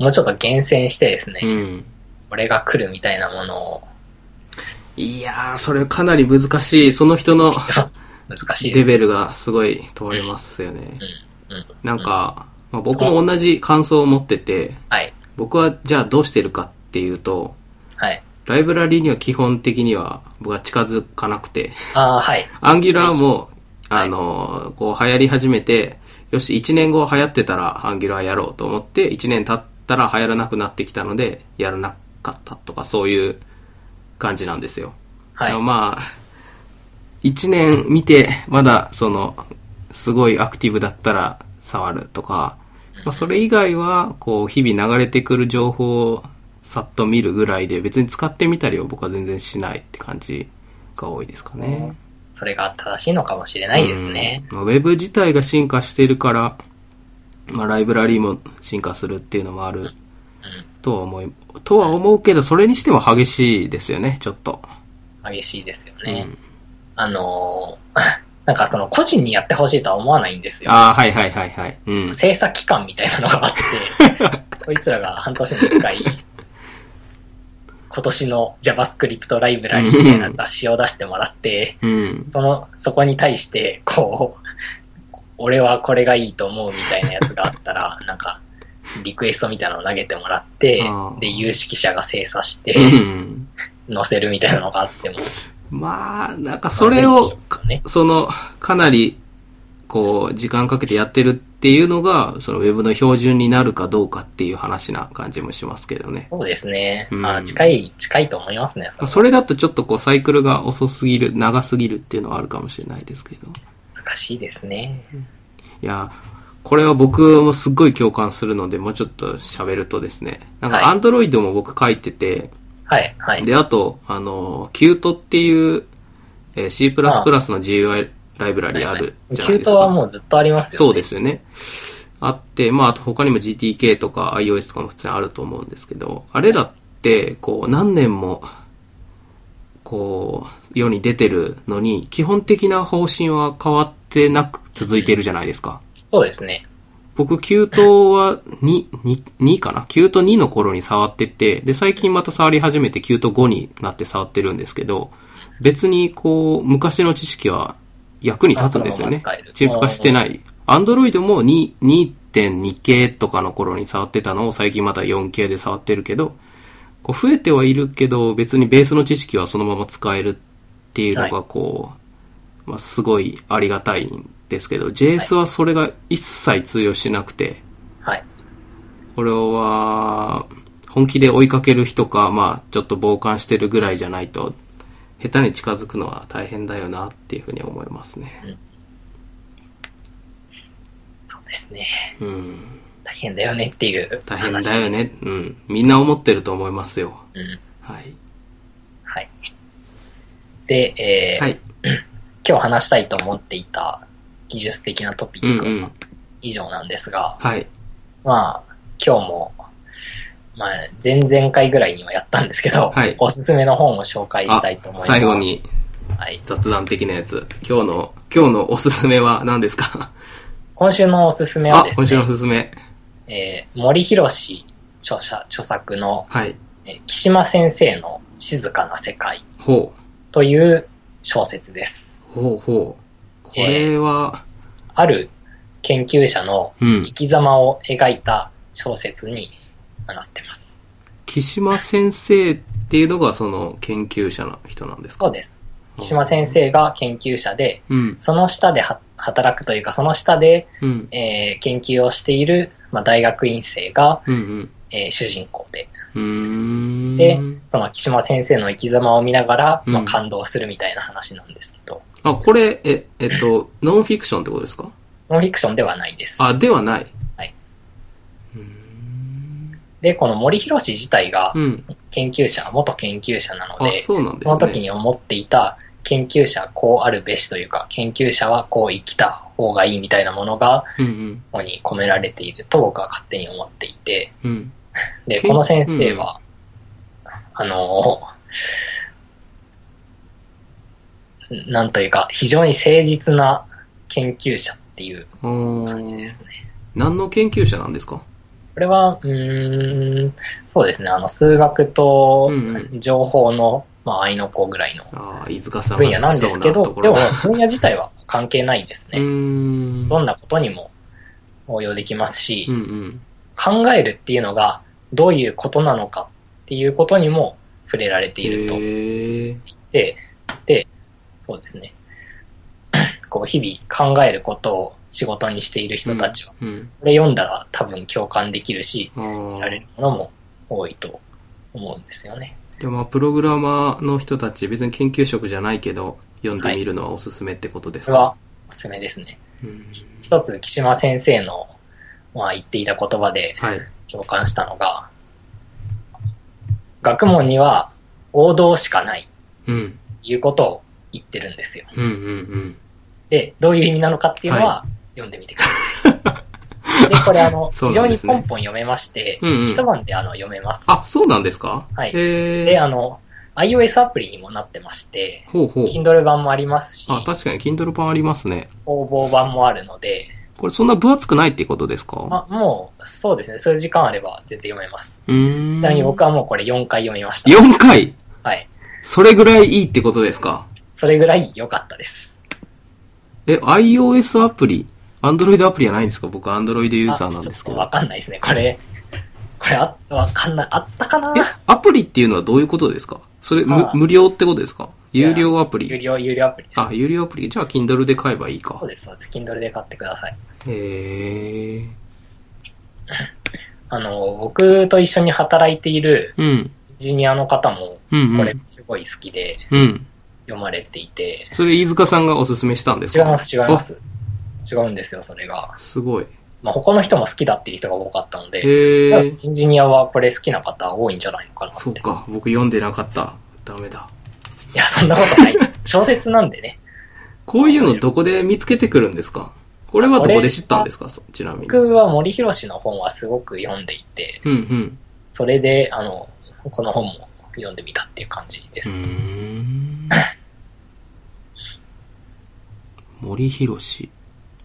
Speaker 1: う、もうちょっと厳選してですね、
Speaker 2: うん。
Speaker 1: 俺が来るみたいなものを
Speaker 2: いやー、それかなり難しい。その人の
Speaker 1: して
Speaker 2: [laughs]
Speaker 1: ます。難しいで
Speaker 2: レ
Speaker 1: す。
Speaker 2: ベルがすごい通りますよね。
Speaker 1: うんうん
Speaker 2: なんか、まあ、僕も同じ感想を持ってて、
Speaker 1: はい。
Speaker 2: 僕はじゃあどうしてるかっていうと、
Speaker 1: はい。
Speaker 2: ライブラリには基本的には僕は近づかなくて、 [laughs]
Speaker 1: ああ、はい。
Speaker 2: アンギュラーも、
Speaker 1: はい
Speaker 2: あの、こう流行り始めて、よし、1年後流行ってたらアンギュラーやろうと思って、1年経ったら流行らなくなってきたので、やらなかったとか、そういう感じなんですよ。
Speaker 1: はい
Speaker 2: あの。まあ、1年見て、まだ、その、すごいアクティブだったら触るとか、まあ、それ以外は、こう、日々流れてくる情報をさっと見るぐらいで、別に使ってみたりを僕は全然しないって感じが多いですかね。
Speaker 1: それが正しいのかもしれないですね。
Speaker 2: うん。ウェブ自体が進化してるから、まあ、ライブラリーも進化するっていうのもあるとは思い、とは思うけど、それにしては激しいですよね、ちょっと。
Speaker 1: 激しいですよね。
Speaker 2: うん
Speaker 1: あのー [laughs] なんかその個人にやってほしいとは思わないんですよ。
Speaker 2: ああ、はいはいはいはい。うん。
Speaker 1: 精査期間みたいなのがあ
Speaker 2: [laughs]
Speaker 1: って、こいつらが半年に一回、今年の JavaScript ライブラリみたいな雑誌を出してもらって、
Speaker 2: うん。
Speaker 1: その、そこに対して、こう、俺はこれがいいと思うみたいなやつがあった
Speaker 2: [laughs]
Speaker 1: ら、なんか、リクエストみたいなのを投げてもらって
Speaker 2: あー、
Speaker 1: で、有識者が精査して
Speaker 2: う、ん。
Speaker 1: 載せるみたいなのがあっても、
Speaker 2: まあ、なんかそれを
Speaker 1: まあ便利ですよね、
Speaker 2: その、かなり、こう、時間かけてやってるっていうのが、そのウェブの標準になるかどうかっていう話な感じもしますけどね。
Speaker 1: そうですね。
Speaker 2: うん
Speaker 1: あ近い、近いと思いますね。
Speaker 2: まあそれだとちょっとこう、サイクルが遅すぎる、長すぎるっていうのはあるかもしれないですけど。
Speaker 1: 難しいですね。
Speaker 2: いやこれは僕もすっごい共感するのでもうちょっと喋るとですねなん
Speaker 1: はい
Speaker 2: かアンドロイドも僕書いてて、
Speaker 1: はい、はい。
Speaker 2: であとあのキュートっていう、えー C++ の GUI ライブラリあるじゃない
Speaker 1: キュ
Speaker 2: で
Speaker 1: ー
Speaker 2: す
Speaker 1: ト
Speaker 2: か、
Speaker 1: はもうずっとありますよね。
Speaker 2: そうですよねあってまああと他にも GTK とか iOS とかも普通にあると思うんですけどあれらってこう何年もこう世に出てるのに基本的な方針は変わってなく続いているじゃないですか、
Speaker 1: そうですね。
Speaker 2: 僕、キュートは2、2、2かなキュート2の頃に触ってて、で、最近また触り始めてキュート5になって触ってるんですけど、別にこう、昔の知識は役に立つんですよね
Speaker 1: あそのまま使え。る
Speaker 2: チープ化してない。アンドロイドも2 2.2系とかの頃に触ってたのを最近また 4K で触ってるけど、こう増えてはいるけど、別にベースの知識はそのまま使えるっていうの
Speaker 1: は
Speaker 2: がこう、まあ、すごいありがたいんですけど、JS はそれが一切通用しなくて、
Speaker 1: はい。
Speaker 2: これは、本気で追いかける人か、まあ、ちょっと傍観してるぐらいじゃないと、下手に近づくのは大変だよなっていうふうに思いますね。
Speaker 1: そうですね。
Speaker 2: うん。
Speaker 1: 大変だよねっていう
Speaker 2: 大
Speaker 1: 話。
Speaker 2: 変だよ。ね。うん。みんな思ってると思いますよ。
Speaker 1: うん。
Speaker 2: はい。
Speaker 1: はい。で、えー
Speaker 2: はい。
Speaker 1: 今日話したいと思っていた技術的なトピ
Speaker 2: うん
Speaker 1: ッ
Speaker 2: う
Speaker 1: ク
Speaker 2: ん
Speaker 1: は。以上なんですが、
Speaker 2: はい。
Speaker 1: まあ、今日も、まあ、前々回ぐらいにはやったんですけど、
Speaker 2: はい
Speaker 1: おすすめの本を紹介したいと思います。
Speaker 2: 最後。に
Speaker 1: はい。
Speaker 2: 雑談的なやつ。今日の、今日のおすすめは何ですか
Speaker 1: 今週のおすすめは
Speaker 2: あ
Speaker 1: で、す
Speaker 2: 今週の
Speaker 1: ね
Speaker 2: お、すすめ。
Speaker 1: えー森博氏著者、著作の
Speaker 2: はい。
Speaker 1: えー木島先生の静かな世界
Speaker 2: ほう。
Speaker 1: という小説です。
Speaker 2: ほうほう。これは、
Speaker 1: ある研究者の
Speaker 2: うん
Speaker 1: 生。き様を描いた小説になってます。
Speaker 2: 木島先生っていうのがその研究者の人なんですか
Speaker 1: そうです。木島先。生が研究者で、
Speaker 2: うん。
Speaker 1: その下では働くというか、その下で、
Speaker 2: うん。
Speaker 1: えー研究をしている、まあ、大学院生が、
Speaker 2: うんうん。
Speaker 1: えー主人公で、
Speaker 2: うーん。
Speaker 1: で、その木島先生の生き様を見ながら、まあ、
Speaker 2: うん
Speaker 1: 感動するみたいな話なんですけど、
Speaker 2: あ、これ、え、えっと、ノンフィクションってことですか
Speaker 1: ノンフィクションではないです。
Speaker 2: あ、ではない。
Speaker 1: はい。
Speaker 2: うーん。
Speaker 1: で、この森博氏自体が
Speaker 2: うん。
Speaker 1: 研究者、元研究者なの
Speaker 2: あ
Speaker 1: で、、
Speaker 2: そうなんです
Speaker 1: そ
Speaker 2: ね。
Speaker 1: の時に思っていた研究者はこうあるべしというか、研究者はこう生きた方がいいみたいなものが、
Speaker 2: うんうん。
Speaker 1: ここに込められていると僕は勝手に思っていて、
Speaker 2: うん。
Speaker 1: で、
Speaker 2: けん
Speaker 1: この先生は、あの、なんというか、非常に誠実な研究者っていう
Speaker 2: お
Speaker 1: 感じで
Speaker 2: ー
Speaker 1: すね。
Speaker 2: 何の研究者なんですか
Speaker 1: これは、うーん、そうですね、あの、数学と
Speaker 2: うんう
Speaker 1: 情報の、まあ、愛の子ぐらいの
Speaker 2: ああ、飯塚さんが
Speaker 1: 分野
Speaker 2: 好
Speaker 1: な
Speaker 2: き
Speaker 1: んで
Speaker 2: そ
Speaker 1: す
Speaker 2: う
Speaker 1: け
Speaker 2: な
Speaker 1: ど、
Speaker 2: とこ
Speaker 1: で
Speaker 2: ろ
Speaker 1: も。分野自体は関係ないです
Speaker 2: うー
Speaker 1: ね。
Speaker 2: ん。
Speaker 1: どんなことにも応用できますし
Speaker 2: うんう、ん。
Speaker 1: 考えるっていうのがどういうことなのかっていうことにも触れられていると
Speaker 2: へえ。
Speaker 1: で、で、そうですね。 [clears throat] こう、日々考えることを仕事にしている人たちは、
Speaker 2: うん。
Speaker 1: これ読んだら多分共感できるし、
Speaker 2: あ
Speaker 1: 得
Speaker 2: ー
Speaker 1: られるものも多いと思うんですよね。
Speaker 2: でもまあプログラマーの人たち別に研究職じゃないけど読んでみるのはおすすめってことです
Speaker 1: そ
Speaker 2: か、
Speaker 1: れはおすすめですね。
Speaker 2: うん
Speaker 1: 一つ、木島先生の、まあ、言っていた言葉で
Speaker 2: はい
Speaker 1: 共感したのが、学問には王道しかない、
Speaker 2: うん
Speaker 1: いうことを言ってるんですよ。
Speaker 2: うんうんうん
Speaker 1: で、どういう意味なのかっていうのは、読んでみてください。で、 [laughs] これあの、
Speaker 2: [laughs] そう
Speaker 1: 非
Speaker 2: な
Speaker 1: 常
Speaker 2: んで
Speaker 1: に
Speaker 2: すね
Speaker 1: ポンポン読めまして、
Speaker 2: うんうん
Speaker 1: 一晩であの読めます。
Speaker 2: あそうなんですか
Speaker 1: はい
Speaker 2: へー
Speaker 1: で、あの、 iOS アプリにもなってまして、
Speaker 2: ほうほう。
Speaker 1: Kindle 版もありますし、
Speaker 2: あ、確かに Kindle 版ありますね。
Speaker 1: 応募版もあるので、
Speaker 2: これそんな分厚くないってことですか、
Speaker 1: ま、もう、そうですね、数時間あれば全然読めます。
Speaker 2: うーん。
Speaker 1: ちなみに僕はもうこれ4回読みました。
Speaker 2: 4回
Speaker 1: はい。
Speaker 2: それぐらいいいってことですか
Speaker 1: それぐらい良かったです。
Speaker 2: え、iOS アプリ ?Android アプリじゃないんですか僕 Android ユーザーなんですけ
Speaker 1: あちょっと
Speaker 2: ど
Speaker 1: わ。かんないですね、これ。これあ、わかんない。あったかな
Speaker 2: え、アプリっていうのはどういうことですかそれ無
Speaker 1: ああ
Speaker 2: 無料ってことですか
Speaker 1: いや
Speaker 2: 有料アプ
Speaker 1: 有
Speaker 2: リ
Speaker 1: 料、有料アプリです。
Speaker 2: あ、有料アプリ。じゃあ Kindle で買えばいいか
Speaker 1: そう。です、そうです。Kindle で買ってください。
Speaker 2: へえ。
Speaker 1: あの、僕と一緒に働いている
Speaker 2: うん。
Speaker 1: エンジニアの方も、
Speaker 2: うん、うん。
Speaker 1: これすごい好きで
Speaker 2: うん。
Speaker 1: 読まれていて、
Speaker 2: それ、飯塚さんがおすすめしたんです
Speaker 1: 違い
Speaker 2: か
Speaker 1: ます、違います。違うんですよ、それが。
Speaker 2: あすごい。
Speaker 1: まあ、他の人も好きだっていう人が多かったので、
Speaker 2: へ
Speaker 1: 多
Speaker 2: え
Speaker 1: 分。エンジニアはこれ好きな方多いんじゃないのかなって。
Speaker 2: そうか。僕読んでなかった。ダメだ。
Speaker 1: いや、そんなことない。小説なんでね。
Speaker 2: こういうのどこで見つけてくるんですかこれはどこで知ったんですかそちなみに。うん
Speaker 1: 僕は森博の本はすごく読んでいて、
Speaker 2: うん。
Speaker 1: それで、あの、この本も読んでみたっていう感じで
Speaker 2: う
Speaker 1: す。
Speaker 2: ーん。森博氏。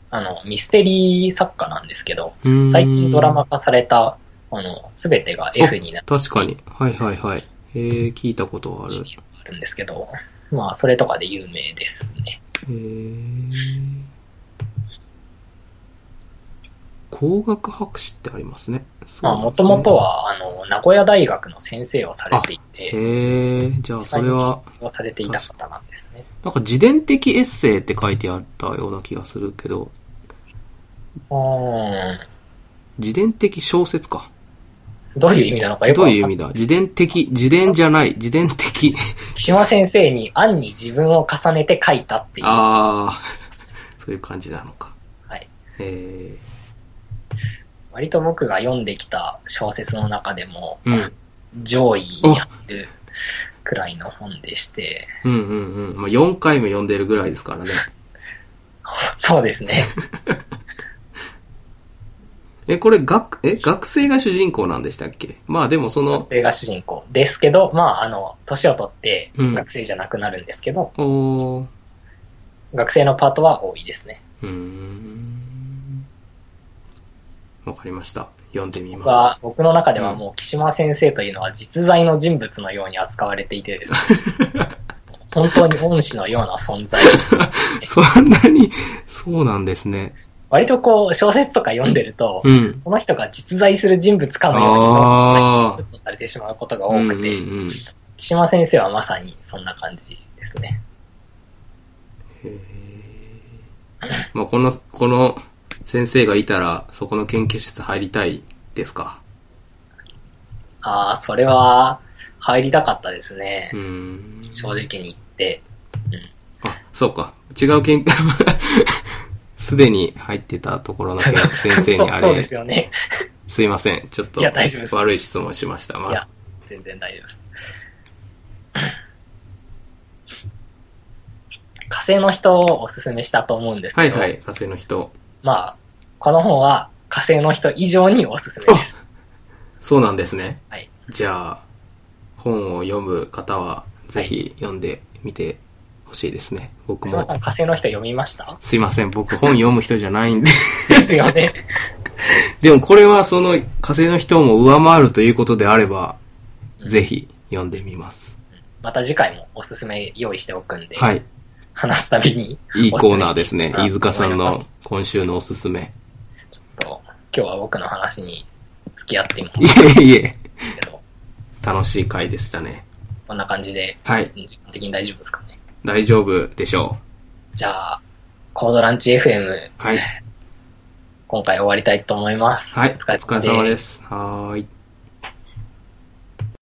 Speaker 1: あの、ミステリー作家なんですけど、
Speaker 2: うーん
Speaker 1: 最近ドラマ。化された、あの、すべてが F になる
Speaker 2: 確かに。はいはいはい。えー、聞いたことある。
Speaker 1: シリーズがあるんですけど、まあ、それとかで有名ですね。
Speaker 2: えー。工学博士ってありますね。そ
Speaker 1: ま
Speaker 2: う
Speaker 1: あ、
Speaker 2: なん
Speaker 1: も
Speaker 2: です
Speaker 1: と
Speaker 2: ね
Speaker 1: もと。は、あの、名古屋大学の先生をされてい
Speaker 2: え
Speaker 1: て、
Speaker 2: ー、じゃあそれは、
Speaker 1: をされていた方なんですね。
Speaker 2: なんか自伝的エッセイって書いてあったような気がするけど、
Speaker 1: うーん。
Speaker 2: 自伝的小説か。
Speaker 1: どういう意味なのかよく
Speaker 2: ど
Speaker 1: わ
Speaker 2: う
Speaker 1: か
Speaker 2: い
Speaker 1: ん
Speaker 2: う意
Speaker 1: な
Speaker 2: 味だ自伝的、自伝じゃない、自伝的。
Speaker 1: 島先生に案に自分を重ねて書いたっていう。は
Speaker 2: あー、 [laughs] そういう感じなのか。
Speaker 1: い。
Speaker 2: え
Speaker 1: 割と僕が読んできた小説の中でも、
Speaker 2: ー、うん。
Speaker 1: 上位にあるくらいの本でして、
Speaker 2: うんうんうん。まあ、4回も読んでるぐらいですからね。
Speaker 1: そうです
Speaker 2: [laughs]
Speaker 1: ね。
Speaker 2: え、これ、学、え、学生が主人公なんでしたっけまあでもその
Speaker 1: 学、生が主人公ですけど、まあ、あの、年を取って
Speaker 2: うん
Speaker 1: 学生じゃなくなるんですけど、
Speaker 2: おー、
Speaker 1: 学生のパートは多いですね。
Speaker 2: うーん。わかりました。読んでみ
Speaker 1: 僕
Speaker 2: ます
Speaker 1: は。僕の中ではもう、木島先生というのは実在の人物のように扱われていてですね、
Speaker 2: [laughs]
Speaker 1: 本当に恩師のような存在。
Speaker 2: [laughs] そんなに、そうなんですね。
Speaker 1: 割とこう、小説とか読んでると、
Speaker 2: うん。
Speaker 1: その人が実在する人物かのように
Speaker 2: あ
Speaker 1: ちょっとされてしまうことが
Speaker 2: あ。
Speaker 1: 多
Speaker 2: うんうん
Speaker 1: くて、
Speaker 2: うん。
Speaker 1: 木島先生はまさにそんな感じですね。
Speaker 2: まあ、この、この先生がいたら、そこの研究室入りたいですか。
Speaker 1: ああ、それは入りたかったですね
Speaker 2: う。ん。
Speaker 1: 正直に言
Speaker 2: [laughs]
Speaker 1: って。
Speaker 2: あ、そうか。違う研究、 [laughs] すでに入ってたところの研
Speaker 1: [laughs]
Speaker 2: 先生にあ
Speaker 1: そうそうで
Speaker 2: れ
Speaker 1: す、よね。
Speaker 2: すいません。ちょっと
Speaker 1: いや大丈夫です
Speaker 2: 悪い質問しました。ま
Speaker 1: いや
Speaker 2: あ、、
Speaker 1: 全然大丈夫です。 [coughs] 火星の人をおすすめしたと思うんです
Speaker 2: は
Speaker 1: け
Speaker 2: い
Speaker 1: ど、
Speaker 2: はい、火星の人。
Speaker 1: まあ、この本は火星の人以上におすすめです。
Speaker 2: そうなんですね。
Speaker 1: はい。
Speaker 2: じゃあ、本を読む方は、ぜひ読んでみてほしいですね。僕
Speaker 1: 山
Speaker 2: も
Speaker 1: 田さ。ん火星の人読みま
Speaker 2: [laughs]
Speaker 1: した
Speaker 2: すいません。僕本読む人じゃないんで。 [laughs]
Speaker 1: ですよね。
Speaker 2: でもこれはその火星の人も上回るということであれば、 [laughs] ぜひ読んでみます。
Speaker 1: また次回もおすすめ用意しておくんで、
Speaker 2: はい。
Speaker 1: 話すたびに。
Speaker 2: いいコーナーですね。
Speaker 1: お勧め
Speaker 2: 飯塚さ
Speaker 1: し
Speaker 2: ん
Speaker 1: ていきたいと思い
Speaker 2: の
Speaker 1: ます
Speaker 2: 今週のおすすめ。
Speaker 1: ちょっと今日は僕の話に付き合ってもら
Speaker 2: いえいえ、
Speaker 1: うけど、
Speaker 2: 楽しい回でしたね。
Speaker 1: こんな感じで、
Speaker 2: はい。
Speaker 1: 時間的に大丈夫ですかね。
Speaker 2: 大丈夫でしょ
Speaker 1: じゃあ、コードランチ FM、
Speaker 2: う。はい。
Speaker 1: 今回終わりたいと思います。。
Speaker 2: はい。お疲れ様ですす。はーい。